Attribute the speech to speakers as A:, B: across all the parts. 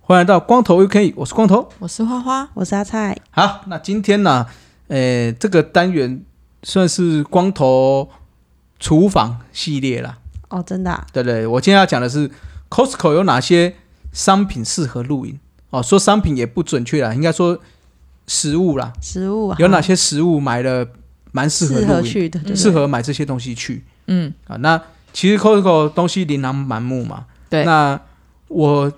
A: 欢迎来到光头 UK，我是光头。
B: 我是花花，
C: 我是阿菜，
A: 好，那今天呢，呃，这个单元算是光头厨房系列啦，
C: 哦，真的、啊，
A: 对不对？我今天要讲的是 Costco 有哪些商品适合露营哦，说商品也不准确啦，应该说食物啦，
C: 食物啊，
A: 有哪些食物买了蛮适合
C: 适
A: 露
C: 合
A: 营，
C: 去的？对
A: 适
C: 不对
A: 合买这些东西去
B: 嗯，
A: 啊。那其实 Costco 东西琳琅满目嘛，
B: 对
A: 那我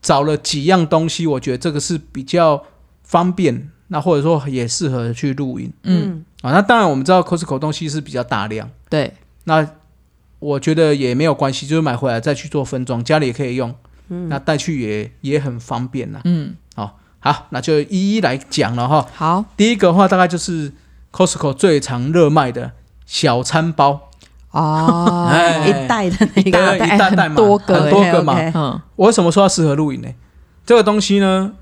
A: 找了几样东西，我觉得这个是比较方便，那或者说也适合去露营
B: 嗯，
C: 嗯，
A: 啊。那当然我们知道 Costco 东西是比较大量，
B: 对，
A: 那我觉得也没有关系，就是买回来再去做分装，家里也可以用，那带去也也很方便啦。
B: 嗯，
A: 好，那就一一来讲了哈。
B: 好
A: 第一个的话，大概就是 Costco 最常热卖的小餐包，
B: 哦，
A: 哎
C: 一袋的那
B: 一大袋
C: 个，
A: 对一大袋嘛，
B: 很多个
A: 很多
C: 哎
A: 个嘛。
C: OK
B: 嗯，
A: 我为什么说它适合露营呢？这个东西呢，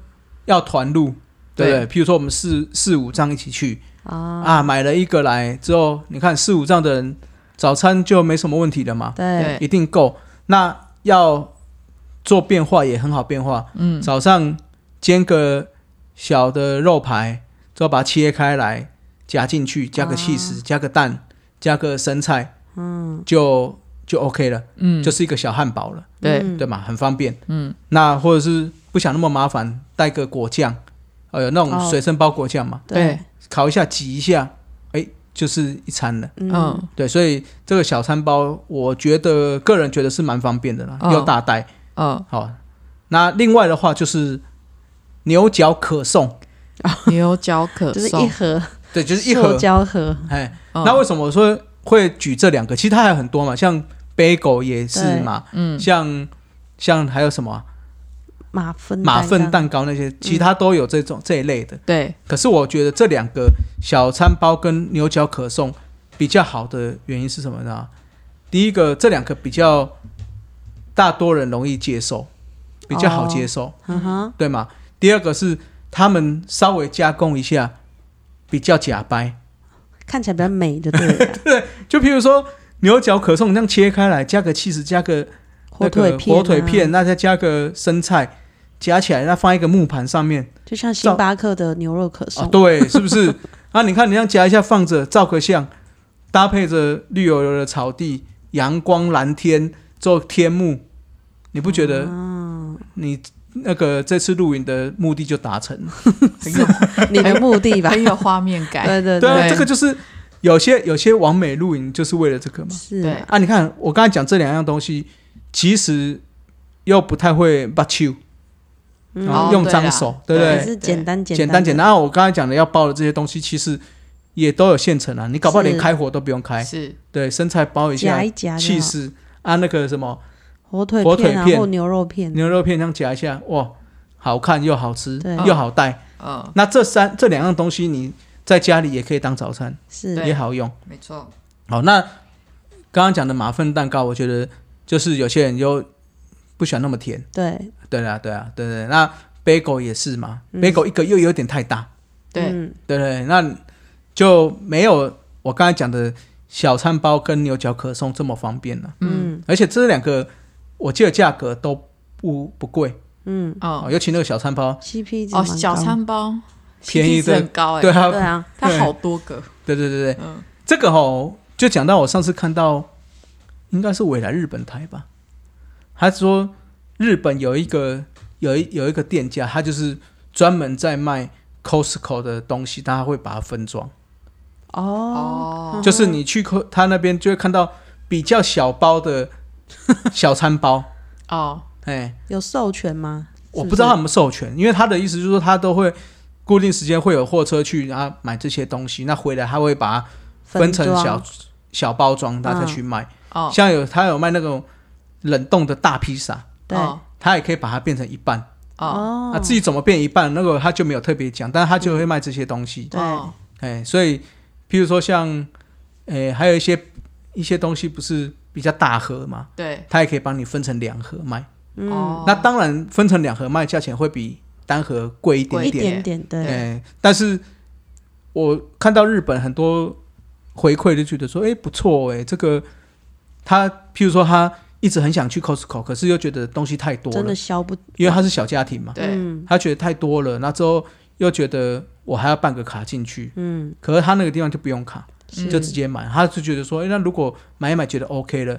A: 要团露，对不对？譬如说我们四四五张一起去啊买了一个来之后，你看四五张的人早餐就没什么问题了嘛，
C: 对，
B: 对
A: 一定够。那要做变化也很好变化，嗯，早上煎个小的肉排，之后把它切开来夹进去，加个 cheese，、加个蛋，加个生菜，啊嗯，就就 OK 了，
B: 嗯，
A: 就是一个小汉堡了。
B: 对，
C: 嗯
A: 对嘛，很方便。嗯，那或者是不想那么麻烦，带个果酱，呃，有那种
C: 哦
A: 随身包果酱嘛，
B: 对，
A: 烤一下挤一下，哎，就是一餐了。
C: 嗯，
B: 嗯，
A: 对，所以这个小餐包，我觉得个人觉得是蛮方便的啦，
B: 哦
A: 又大袋。
B: 嗯，
A: 好、那另外的话就是牛角可颂，
B: 牛角可
C: 就是
B: 颂
C: 一，盒
A: 对，就是一
C: 塑
A: 盒。
C: 胶哦盒，
A: 哎，
B: 嗯
A: 那为什么我说会举这两个？其实它还有很多嘛，像 bagel 也是嘛，
B: 嗯，
A: 像像还有什么啊、
C: 马粪
A: 马粪
C: 嗯蛋
A: 蛋糕那些，其他都有这种、这一类的。
B: 对，
A: 可是我觉得这两个小餐包跟牛角可颂比较好的原因是什么呢？第一个，这两个比较大多人容易接受，比较好接受，
C: 糕，嗯哼，
A: 对吗？第二个是他们稍微加工一下，比较假掰。
C: 看起来比较美的，对了，
A: 就譬如说牛角可颂这样切开来，加个 cheese，加个
C: 火
A: 那
C: 腿
A: 个
C: 片，啊
A: 火腿片，，那再加个生菜，夹起来，那放一个木盘上面，
C: 就像星巴克的牛肉可
A: 啊，
C: 颂，
A: 对，是不是？ 啊，你看你这样夹一下放着，照个相，搭配着绿油油的草地、阳光、蓝天，做天幕，你不觉
C: 嗯
A: 得你那个这次露营的目的就达成了？
C: 你的目的吧？
B: 很 有画面感，
C: 对
A: 对
C: 对对，
A: 啊，这个就是有些有些完美露营就是为了这个嘛。
C: 是
B: 对
C: 啊，
A: 啊，你看我刚才讲这两样东西，其实又不太会把球、
C: 嗯
A: 啊
B: 哦
A: 用
B: 对
A: 脏
B: 啦
A: 手，对不
B: 对
A: 对
C: 只？是简单简
A: 简
C: 单
A: 单简
C: 的，
A: 单。啊，我刚才讲的要包的这些东西，其实也都有现成啊，你搞不好连
C: 是
A: 开火都不用开。啊
B: 是，
A: 对，生菜包一下
C: 夹，一夹就好
A: 气势啊，那个什么
C: 火腿
A: 火腿
C: 片啊
A: 片
C: 或牛肉片，
A: 牛肉片这样夹一下，啊哇，好看又好吃
C: 对
A: 又好带。
B: 嗯，
A: 那这三这两样东西，你在家里也可以当早餐，
C: 是
B: 对
A: 也好用。
B: 没错，
A: 好，那刚刚讲的马粪蛋糕，我觉得就是有些人又不喜欢那么甜。
C: 对，
A: 对啦，对啊，对对。那 bagel 也是嘛、b a g e l 一个又有点太大，
B: 对，
C: 嗯
A: 对不对？那就没有我刚才讲的小餐包跟牛角可颂这么方便了。
C: 嗯
A: 而且这两个我记得价格都不不贵
C: 嗯
A: 哦，
B: 嗯，
A: 尤其那个小餐包，
C: ，CP 值
B: 哦，
C: 蛮
B: 小
C: 高
B: 餐包
A: 便宜
B: CP 值
A: 的
B: 很高，哎，
A: 对啊，
C: 对啊，
B: 它
A: 对
B: 好多个，
A: 对对对对，
B: 嗯，
A: 这个吼就讲到我上次看到，应该是未来日本台吧，他说日本有一个有一有一个店家，他就是专门在卖 Costco 的东西，他会把它分装，
C: 哦，
B: 哦，
A: 就是你去 Co- 他那边就会看到比较小包的小餐包，
B: 哦，
A: 哎，
C: 有授权吗？
A: 我
C: 是
A: 不知道他有没有授权，因为他的意思就是说他都会固定时间会有货车去然后买这些东西，那回来他会把它分成
C: 装
A: 小小包装，他再去卖。
B: 哦，
A: 像有他有卖那种冷冻的大披萨，
C: 对
B: 哦，
A: 他也可以把它变成一半。
B: 哦，
C: 哦
A: 那、，至于怎么变一半，那个他就没有特别讲，但是他就会卖这些东西。
C: 对
B: 哦
A: 哎，所以譬如说像，哎，还有一些一些东西不是比较大盒嘛，
B: 对，
A: 它也可以帮你分成两盒卖。
C: 嗯，
B: 哦，
A: 那当然分成两盒卖，价钱会比单盒贵一点
B: 贵
C: 一
A: 点。
C: 点点
A: 哎、
C: 对，
A: 但是我看到日本很多回馈就觉得说，哎、不错哎、这个他譬如说他一直很想去 Costco，可是又觉得东西太多
C: 真
A: 了
C: 的，消不
A: 因为他是小家庭嘛，
B: 对，
C: 嗯
A: 他觉得太多了，那之后又觉得我还要办个卡进去，
C: 嗯，
A: 可是他那个地方就不用卡，
B: 嗯
A: 就直接买，他就觉得说，哎、那如果买一买觉得 OK 了，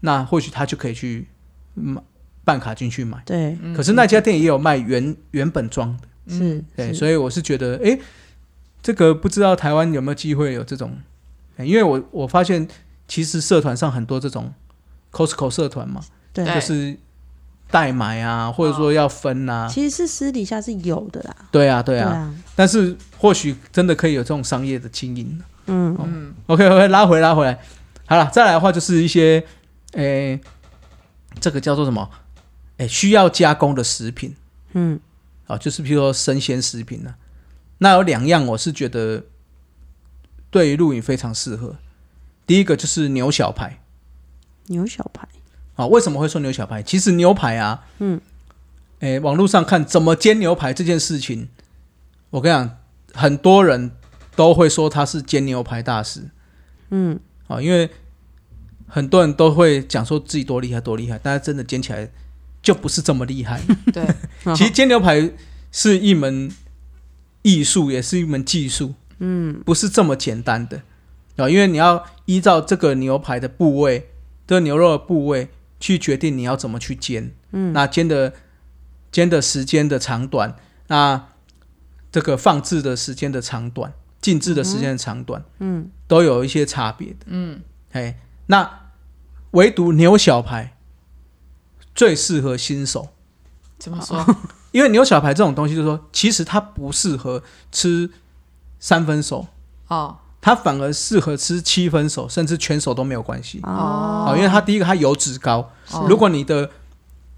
A: 那或许他就可以去买办卡进去买。
C: 对，
B: 嗯
A: 可是那家店也有卖原原本装的，
C: 是，
A: 对，
C: 是
A: 所以我是觉得，哎、这个不知道台湾有没有机会有这种，诶因为我我发现其实社团上很多这种 Costco 社团嘛，
C: 对，哦
B: 对
A: 就是代买啊，或者说要分啊，
C: 其实是私底下是有的啦，
A: 对啊，对
C: 对
A: 啊，
C: 啊，
A: 但是或许真的可以有这种商业的经营。
C: 嗯，
B: 嗯
A: OK OK，拉回拉回来，好了，再来的话就是一些，诶、这个叫做什么？诶、需要加工的食品。
C: 嗯，
A: 啊，就是譬如说生鲜食品呢、那有两样我是觉得对于露营非常适合。第一个就是牛小排
C: 牛小排，
A: 啊，为什么会说牛小排？其实牛排啊，嗯，诶、网络上看怎么煎牛排这件事情，我跟你讲，很多人都会说他是煎牛排大师
C: 嗯，
A: 啊，因为很多人都会讲说自己多厉害多厉害，但是真的煎起来就不是这么厉害。
B: 对，
A: 其实煎牛排是一门艺术，也是一门技术，嗯，不是这么简单的啊、因为你要依照这个牛排的部位，这个牛肉的部位去决定你要怎么去煎，嗯，那煎的煎的时间的长短，那这个放置的时间的长短，静置的时间的长短，嗯，都有一些差别的，嗯，哎，那唯独牛小排最适合新手。
B: 怎么说？
A: 因为牛小排这种东西，就是说，其实它不适合吃三分熟，
B: 哦
A: 它反而适合吃七分熟，甚至全熟都没有关系。
C: 哦，
A: 哦，因为它第一个它油脂高，
B: 哦
A: 如果你的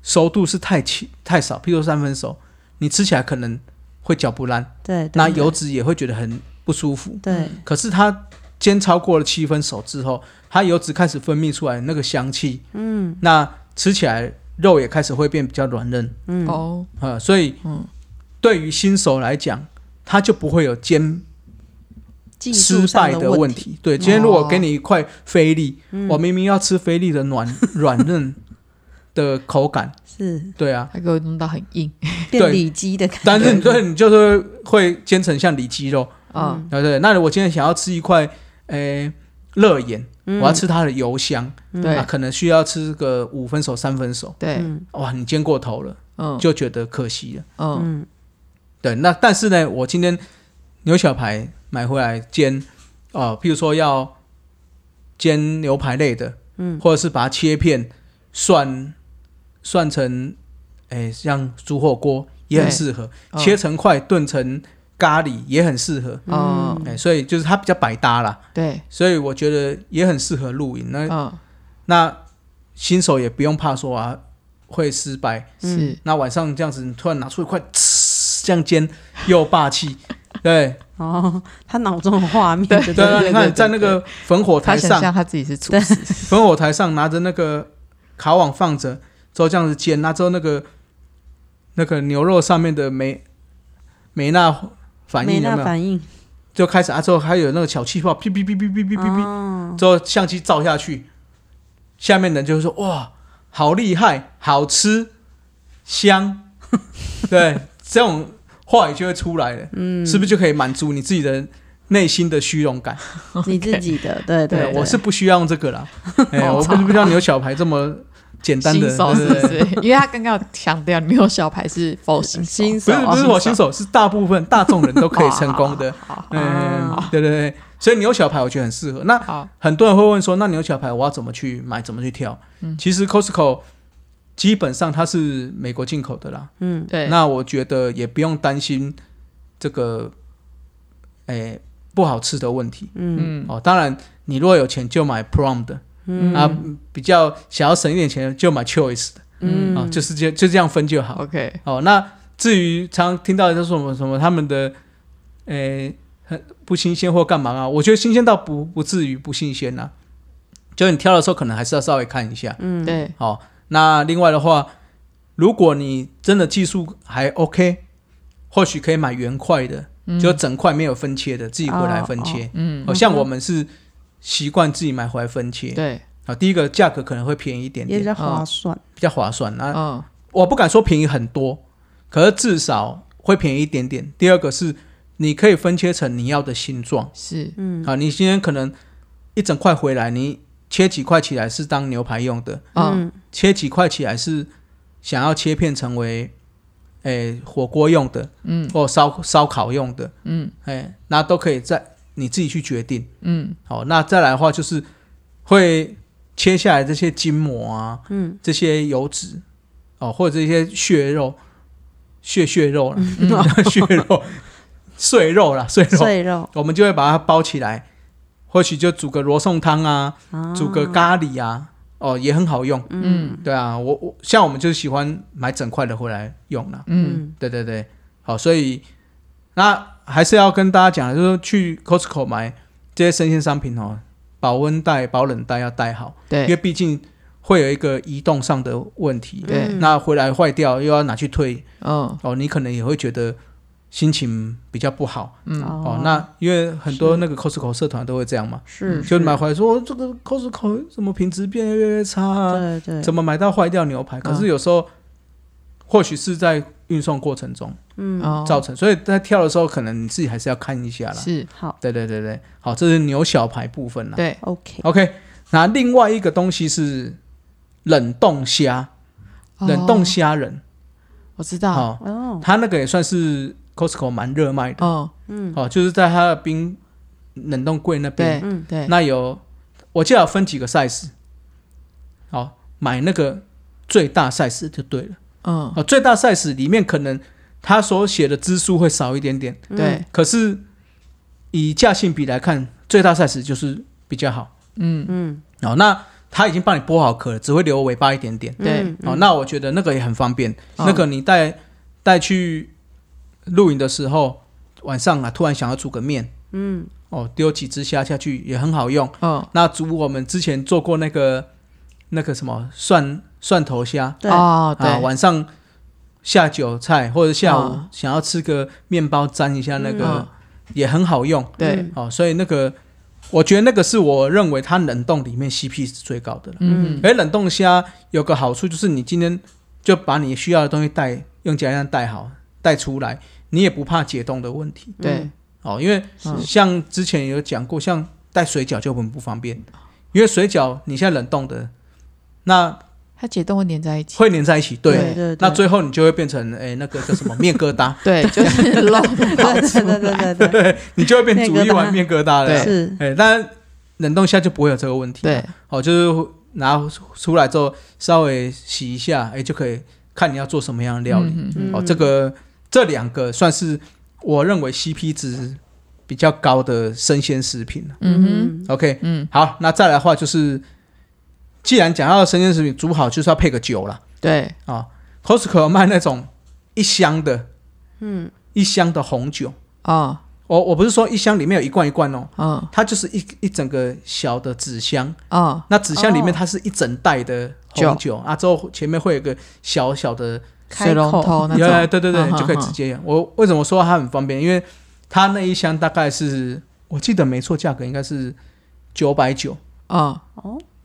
A: 熟度是太轻太少，譬如说三分熟，你吃起来可能会嚼不烂，
C: 对，对
A: 那油，脂也会觉得很不舒服。
C: 对，
B: 嗯
A: 可是它煎超过了七分熟之后，它油脂开始分泌出来那个香气，嗯，那吃起来肉也开始会变比较软嫩。
C: 嗯，
B: 哦，
A: 啊，所以
B: 嗯
A: 对于新手来讲，他就不会有煎
C: 技术
A: 失
C: 上
A: 败
C: 的
A: 问
C: 题，哦嗯
A: 题。对，今天如果给你一块菲力，我明明要吃菲力的软 软嫩的口感，
C: 是
A: 对啊，
B: 他给我弄到很硬，
C: 变里脊的感觉，
A: 但是你对你就是会煎成像里脊肉，
B: 嗯
A: 对不对？那我今天想要吃一块，诶。热眼，
C: 嗯
A: 我要吃它的油香，那
B: 对
A: 可能需要吃个五分熟、三分熟。
B: 对，
C: 嗯
A: 哇，你煎过头了，
B: 嗯
A: 就觉得可惜了。
B: 嗯
C: 嗯
A: 对，那但是呢，我今天牛小排买回来煎，呃，譬如说要煎牛排类的，嗯，或者是把它切片涮涮成，哎，像煮火锅也很
B: 对
A: 适合，
B: 嗯
A: 切成块炖成咖喱也很适合，
B: 嗯
A: 哎，所以就是它比较百搭啦，
B: 对，
A: 所以我觉得也很适合露营。那、
B: 嗯
A: 那新手也不用怕说啊会失败，
B: 是
A: 那晚上这样子，你突然拿出一块，呲这样煎又霸 气，对
C: 哦，他脑中的画面，对
A: 对啊！
B: 对
A: 你看
B: 对
A: 在那个焚火
B: 他
A: 台
B: 想
A: 上，
B: 象他自己是厨师，
A: 焚火台上拿着那个烤网放着，之后这样子煎，那之后那个那个牛肉上面的梅梅纳反
C: 没
A: 应有
C: 那
A: 没有？
C: 反应，
A: 就开始啊，之后还有那个小气泡，哔哔哔哔哔哔哔哔，
C: 哦，
A: 之后相机照下去，下面人就会说哇，好厉害，好吃，香， 对，这种话语就会出来了。
C: 嗯，
A: 是不是就可以满足你自己的内心的虚荣感？
C: 哦你自己的，对对，
A: 我是不需要用这个 啦，哎、
B: 哦
A: 我不是不需要牛小排这么简单的，
B: 新手
A: 对
B: 是
A: 对
B: 不
A: 对
B: 是？因为他刚刚有强调没有小牌是否新手，。
C: 新
A: 不是不
C: 手
A: 是我新手，是大部分大众人都可以成功的
B: 好，好
A: 嗯，对对对，所以牛小排我觉得很适合。那
B: 好，
A: 很多人会问说，那牛小排我要怎么去买，怎么去挑？
B: 嗯
A: 其实 Costco 基本上它是美国进口的啦，
C: 嗯，
B: 对，
A: 那我觉得也不用担心这个，哎、不好吃的问题。
B: 嗯
C: 嗯
A: 哦，当然，你如果有钱就买 Prom 的、
C: 嗯
A: 啊，比较想要省一点钱就买 Choice 的、
B: 嗯
A: 啊，就是这就这样分就好。
B: ，OK，
A: 哦，那至于常听到就是什么什么他们的，诶、很不新鲜或干嘛啊，我觉得新鲜倒不不至于不新鲜呐、就你挑的时候可能还是要稍微看一下。
C: 嗯，
B: 对，
A: 好、那另外的话，如果你真的技术还 OK，或许可以买原块的，就整块没有分切的，自己回来分切。
B: 嗯，
A: 哦，像我们是习惯自己买回来分切。
B: 对，
A: 好、第一个价格可能会便宜一点
C: 也比
A: 点，哦
C: 较划算。
A: 比较划算。那、
B: 嗯，
A: 我不敢说便宜很多，可是至少会便宜一点点。第二个是你可以分切成你要的形状。
B: 是，
C: 嗯，
A: 啊，你今天可能一整块回来，你切几块起来是当牛排用的，
B: 嗯，
C: 嗯，
A: 切几块起来是想要切片成为，诶、火锅用的，嗯，或烧烧烤用的，嗯，哎、那都可以在你自己去决定，嗯，好，那再来的话就是会切下来这些筋膜啊，嗯，这些油脂，哦，或者这些血肉，血血肉啦，嗯 血肉，碎肉啦， 碎肉，
C: 碎肉
A: 我们就会把它包起来，或许就煮个罗宋汤啊，
C: 啊，
A: 煮个咖喱啊，哦，也很好用。
B: 嗯，
A: 对啊，我我像我们就喜欢买整块的回来用啦。
B: 嗯，
A: 对对对，好，所以那还是要跟大家讲，就是说去 Costco 买这些生鲜商品哦，保温袋、保冷袋要带好，因为
B: 对，
A: 毕竟会有一个移动上的问题。
B: 对
C: 嗯
A: 那回来坏掉又要拿去退
B: 嗯，
A: 哦，你可能也会觉得心情比较不好。
B: 嗯
A: 哦
C: 哦，
A: 那因为很多
C: 是
A: 那个 Costco 社团都会这样嘛，
C: 是
A: 就买
C: 是
A: 回来说、哦、这个 Costco 怎么品质变得越来越差啊，
C: 对对，
A: 怎么买到坏掉牛
B: 嗯
A: 排？可是有时候、或许是在运送过程中
B: 哦，
A: 造成，所以在挑的时候可能你自己还是要看一下啦。
B: 是，
C: 好
A: 对对对对，好，这是牛小排部分啦。
B: 对，
C: ？OK，
A: OK，那另外一个东西是冷冻虾，冷冻
B: 哦，
A: 虾仁，
B: 我知
A: 好、
B: 道，
C: 哦，
A: 它那个也算是 Costco 蛮热卖的，
B: 嗯，
C: 嗯
A: 哦，就是在它的冰冷冻柜那边
B: 对，
C: 嗯
B: 对，
A: 那有，我记得有分几个 size，好，买那个最大 size 就对了。
B: 嗯，
A: 哦，最大 size 里面可能它所写的支数会少一点点，
B: 对，
A: 可是以价性比来看，最大 size 就是比较好。
B: 嗯，
C: 嗯，
A: 哦，那它已经帮你剥好壳了，只会留尾巴一点点。
B: 对
C: 嗯
A: 哦，那我觉得那个也很方便，
B: 哦
A: 那个你带带去露营的时候，晚上啊突然想要煮个面，
C: 嗯，
A: 哦，丢几只虾下去也很好用。
B: 嗯，
A: 那煮我们之前做过那个那个什么蒜蒜头虾
C: 对，
B: 哦，
A: 啊，
B: 对，
A: 晚上下酒菜或者下午
B: 嗯
A: 想要吃个面包沾一下那个、
B: 嗯
A: 也很好用
B: 对，
C: 嗯
A: 哦，所以那个我觉得那个是我认为它冷冻里面 CP 是最高的了。
B: 嗯，
A: 而冷冻虾有个好处就是你今天就把你需要的东西带用夹链带好带出来，你也不怕解冻的问题
B: 对，
A: 哦，因为
B: 嗯
A: 像之前有讲过，像带水饺就很不方便，因为水饺你现在冷冻的，那
B: 它解冻会粘在一 起，
A: 会粘在一起，对，
C: 嗯对对，
A: 那
C: 对
A: 最后你就会变成诶那个叫什么面疙瘩，
B: 对，就是漏的跑
C: 对
B: 出
C: 对对
B: 来，
C: 对对 对，
A: 对，你就会变煮一碗面疙瘩
B: 对
A: 了。
C: 是，
A: 哎，但冷冻虾就不会有这个问题，，
B: 对，
A: 哦，就是拿出来之后稍微洗一下，哎，就可以看你要做什么样的料理。
B: 嗯，嗯
A: 哦，这个这两个算是我认为 CP 值比较高的生鲜食品了。
B: 嗯哼，
A: OK，
B: 嗯，
A: 好，那再来的话就是，既然讲到生鲜食品，煮好就是要配个酒啦。
B: 对，
A: 啊、c o s t c o 有卖那种一箱的，嗯，一箱的红酒。
B: 哦，
A: 我我不是说一箱里面有一罐一罐哦，
B: 嗯，
A: 它就是一一整个小的纸箱，
B: 哦，
A: 那纸箱里面
C: 哦
A: 它是一整袋的红酒、啊，之后前面会有一个小小的，
B: 水龙 头那
A: 有有有
B: 种，
A: 对对对，
B: 嗯
A: 就可以直。接。我为什么说它很方便？因为它那一箱大概是我记得没错，价格应该是九百九，
B: 嗯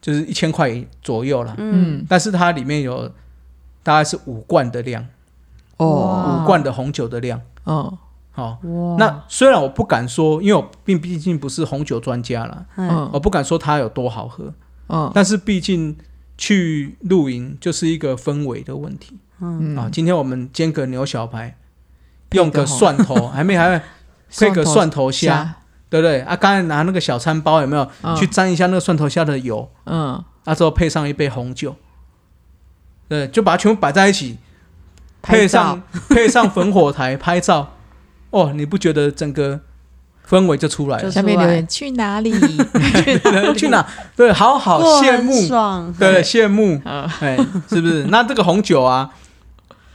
A: 就是一千块左右啦。
C: 嗯，
B: 嗯，
A: 但是它里面有大概是五罐的量，
B: 哦，
A: 五罐的红酒的量。
B: 嗯
A: 好、
C: 哇，
A: 那虽然我不敢说，因为我并毕竟不是红酒专家啦，
C: 嗯
B: 嗯
A: 我不敢说它有多好喝，
B: 嗯
A: 但是毕竟去露营就是一个氛围的问题、
B: 嗯
A: 啊。，今天我们煎个牛小排，
B: 配个
A: 用个蒜头，还没还没配个蒜头虾，对不对？啊，刚才拿那个小餐包有没有、
B: 嗯
A: 去沾一下那个蒜头虾的油？
B: 嗯，
A: 啊，之后配上一杯红酒，对，就把它全部摆在一起，配
B: 拍照
A: 上配上烽火台拍照， 哦，你不觉得整个氛围就出来了？
B: 下面留言去哪 里？
A: 去哪？对，好好
C: 过
A: 羡
C: 很
A: 慕，
C: 爽，
A: 对，羡慕，
B: 嗯
A: 哎，是不是？那这个红酒啊，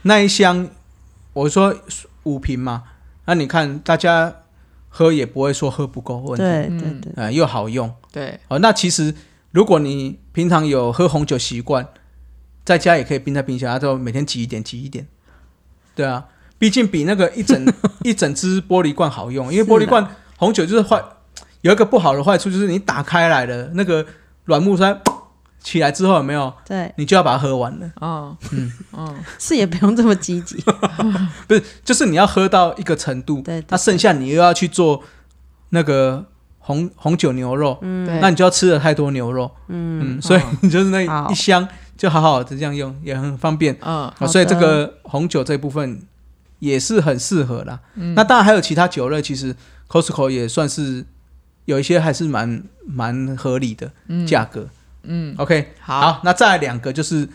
A: 那一箱，我说五瓶嘛，那你看大家喝也不会说喝不够问题，嗯
C: 对对对，
A: 哎，又好用，
B: 对，
A: 哦，那其实如果你平常有喝红酒习惯，在家也可以冰在冰箱，然后每天挤一点，挤一点。对啊，毕竟比那个一整一整只玻璃罐好用，因为玻璃罐红酒就是坏，有一个不好的坏处就是你打开来的那个软木塞起来之后有没有，
C: 对，
A: 你就要把它喝完了。
B: 嗯嗯
C: 是也不用这么 积极，
A: 不是，就是你要喝到一个程度，
C: 对对
A: 那剩下你又要去做那个红红酒牛肉，
B: 嗯，
C: 哎
B: 对，
A: 那你就要吃了太多牛肉，嗯所以你 就是那
C: 哦好
A: 一箱就好好的这样用，也很方便。
B: 嗯
A: 啊，
C: 好
A: 所以这
C: 的
A: 个红酒这部分也是很适合啦。
C: 嗯
A: 那当然还有其他酒类，其实 Costco 也算是有一些还是蛮蛮合理的价格。
B: 嗯，
A: OK，
B: 好，
A: 那再来两个就是，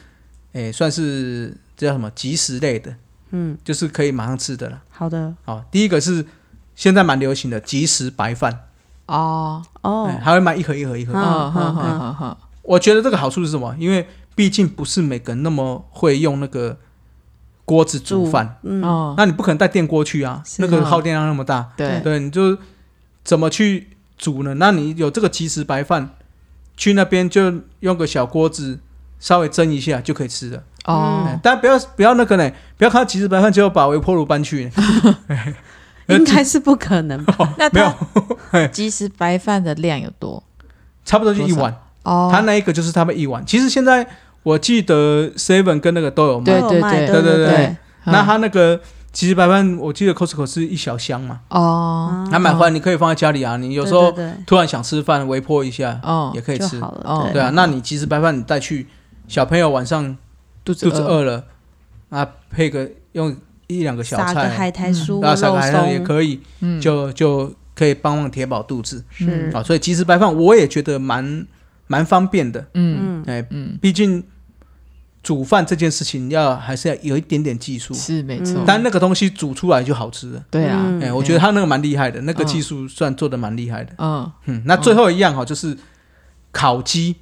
A: 诶、算是这叫什么即食类的，
C: 嗯，
A: 就是可以马上吃的啦。
C: 好的
A: 好，第一个是现在蛮流行的即食白饭，
B: 哦，
C: 哦
A: 哎，还会卖一盒一盒一盒。
C: 嗯
B: 嗯
C: 嗯
B: 哼哼哼哼，
A: 我觉得这个好处是什么？因为毕竟不是每个人那么会用那个锅子煮
C: 煮
A: 饭，
C: 嗯，
B: 哦，
A: 那你不可能带电锅去啊，
C: 是
A: 那
C: 啊
A: 个耗电量那么大，
B: 对，
A: 对，你就怎么去煮呢？那你有这个即食白饭，去那边就用个小锅子稍微蒸一下就可以吃了。
B: 哦
A: 哎，但不要不要那个呢，不要看到即食白饭就把微波炉搬去，
C: 应该是不可能吧？
B: 那
A: 哦没有
B: 它即使白饭的量有多？
A: 差不多就一碗。
B: 哦，
A: 他那一个就是他们一碗。其实现在我记得 Seven 跟那个都有卖
B: 对，
C: 都
B: 对
C: 有卖
B: 对
A: 对对
C: 对
A: 对，
B: 嗯
A: 那他那个其实白饭，我记得 Costco 是一小箱嘛，
B: 哦，
A: 那买回来你可以放在家里啊，你有时候
C: 嗯对对
A: 突然想吃饭，微波一下
B: 哦，
A: 也可
C: 对
A: 以
C: 就
A: 吃。
C: 好了，
B: 哦
A: 对啊，那你其实白饭你带去，小朋友晚上
B: 肚
A: 肚
B: 子
A: 子，饿了，啊，配个用一两个小
C: 撒个
A: 菜，
C: 海苔酥、
A: 然后撒
C: 肉
A: 个海苔也
C: 松，
A: 可以，
B: 嗯，
A: 就就可以帮忙填饱肚子
C: 是
A: 啊。所以其实白饭我也觉得蛮蛮方便的，
B: 嗯
C: 嗯，
A: 哎，
B: 嗯，
A: 毕竟煮饭这件事情要还是要有一点点技术，
B: 是没错，
A: 但那个东西煮出来就好吃了。
B: 对啊，
A: 哎、
C: 嗯
A: 我觉得他那个蛮厉害的，那个
B: 嗯
A: 技术算做的蛮厉害的。
B: 嗯，
A: 嗯，那最后一样哈、就是烤鸡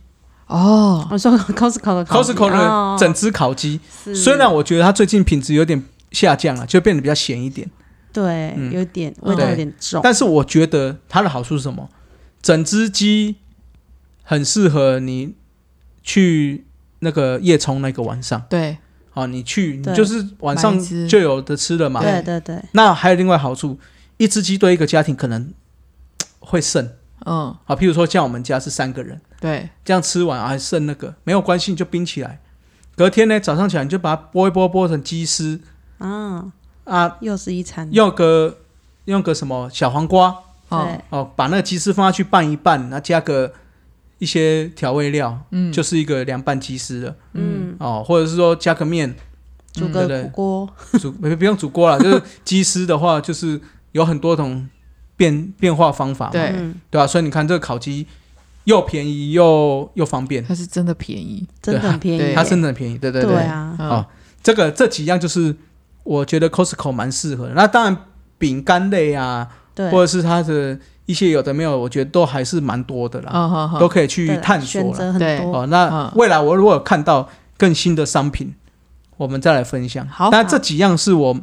B: 哦，
C: 我说 Costco 的烤鸡
A: ，Costco
C: 哦
A: 的整只烤鸡，
C: 是
A: 虽然我觉得它最近品质有点下降啊了，就变得比较咸一点，
C: 对
A: 嗯
C: 有点味道有点重，
A: 但是我觉得它的好处是什么？整只鸡很适合你去那个夜冲那个晚上。
B: 对，
A: 啊，你去你
C: 对
A: 就是晚上
B: 买一只
A: 就有的吃了嘛。
C: 对对对，
A: 那还有另外好处，一只鸡对一个家庭可能会剩
B: 嗯，
A: 啊，譬如说像我们家是三个人，
B: 对，
A: 这样吃完啊还剩那个没有关系，你就冰起来。隔天呢，早上起来你就把它剥一剥，剥成鸡丝
C: 啊，
A: 啊，
C: 又是一餐，
A: 用个用个什么小黄瓜
B: 哦，
C: 对，
A: 哦，把那个鸡丝放下去拌一拌，然后加个一些调味料，
B: 嗯，
A: 就是一个凉拌鸡丝了
C: 嗯，
A: 哦，或者是说加个面，
C: 煮
A: 嗯对对
C: 个火锅，
A: 煮 不不用煮锅了，就是鸡丝的话，就是有很多种变变化方法嘛，
B: 对
C: 嗯，
A: 对啊，所以你看这个烤鸡又便宜又又方便，
B: 它是真的便宜，
C: 真的很便宜
B: 对
C: 耶，
A: 它真的很便宜，对对
C: 对啊，
B: 嗯
A: 哦，这个这几样就是我觉得 Costco 蛮适合的。那当然饼干类啊，
C: 对，
A: 或者是它的一些有的没有，我觉得都还是蛮多的啦，
B: 嗯哼哼，
A: 都可以去
C: 对啦
A: 探
C: 选
A: 索啦。
C: 择很
B: 对
C: 多，
A: 哦，那
B: 嗯
A: 未来我如果有看到更新的商品，我们再来分享。
B: 好
A: 但这几样是我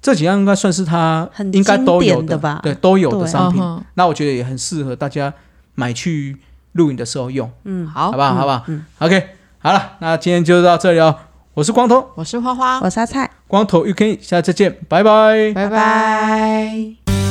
A: 这几样应该算是它
C: 很
A: 应该都有
C: 经典的吧
A: 对，都有的
C: 对
A: 商品。
B: 嗯
A: 那我觉得也很适合大家买去露营的时候用，
B: 哼
C: 嗯，
B: 好
A: 好不，好？好不好、
C: 嗯
A: o k 好了，那今天就到这里哦。我是光头，
B: 我是花花，
C: 我沙菜。
A: 光头 UK，下次再见，拜拜。
B: 拜
C: 拜拜
B: 拜。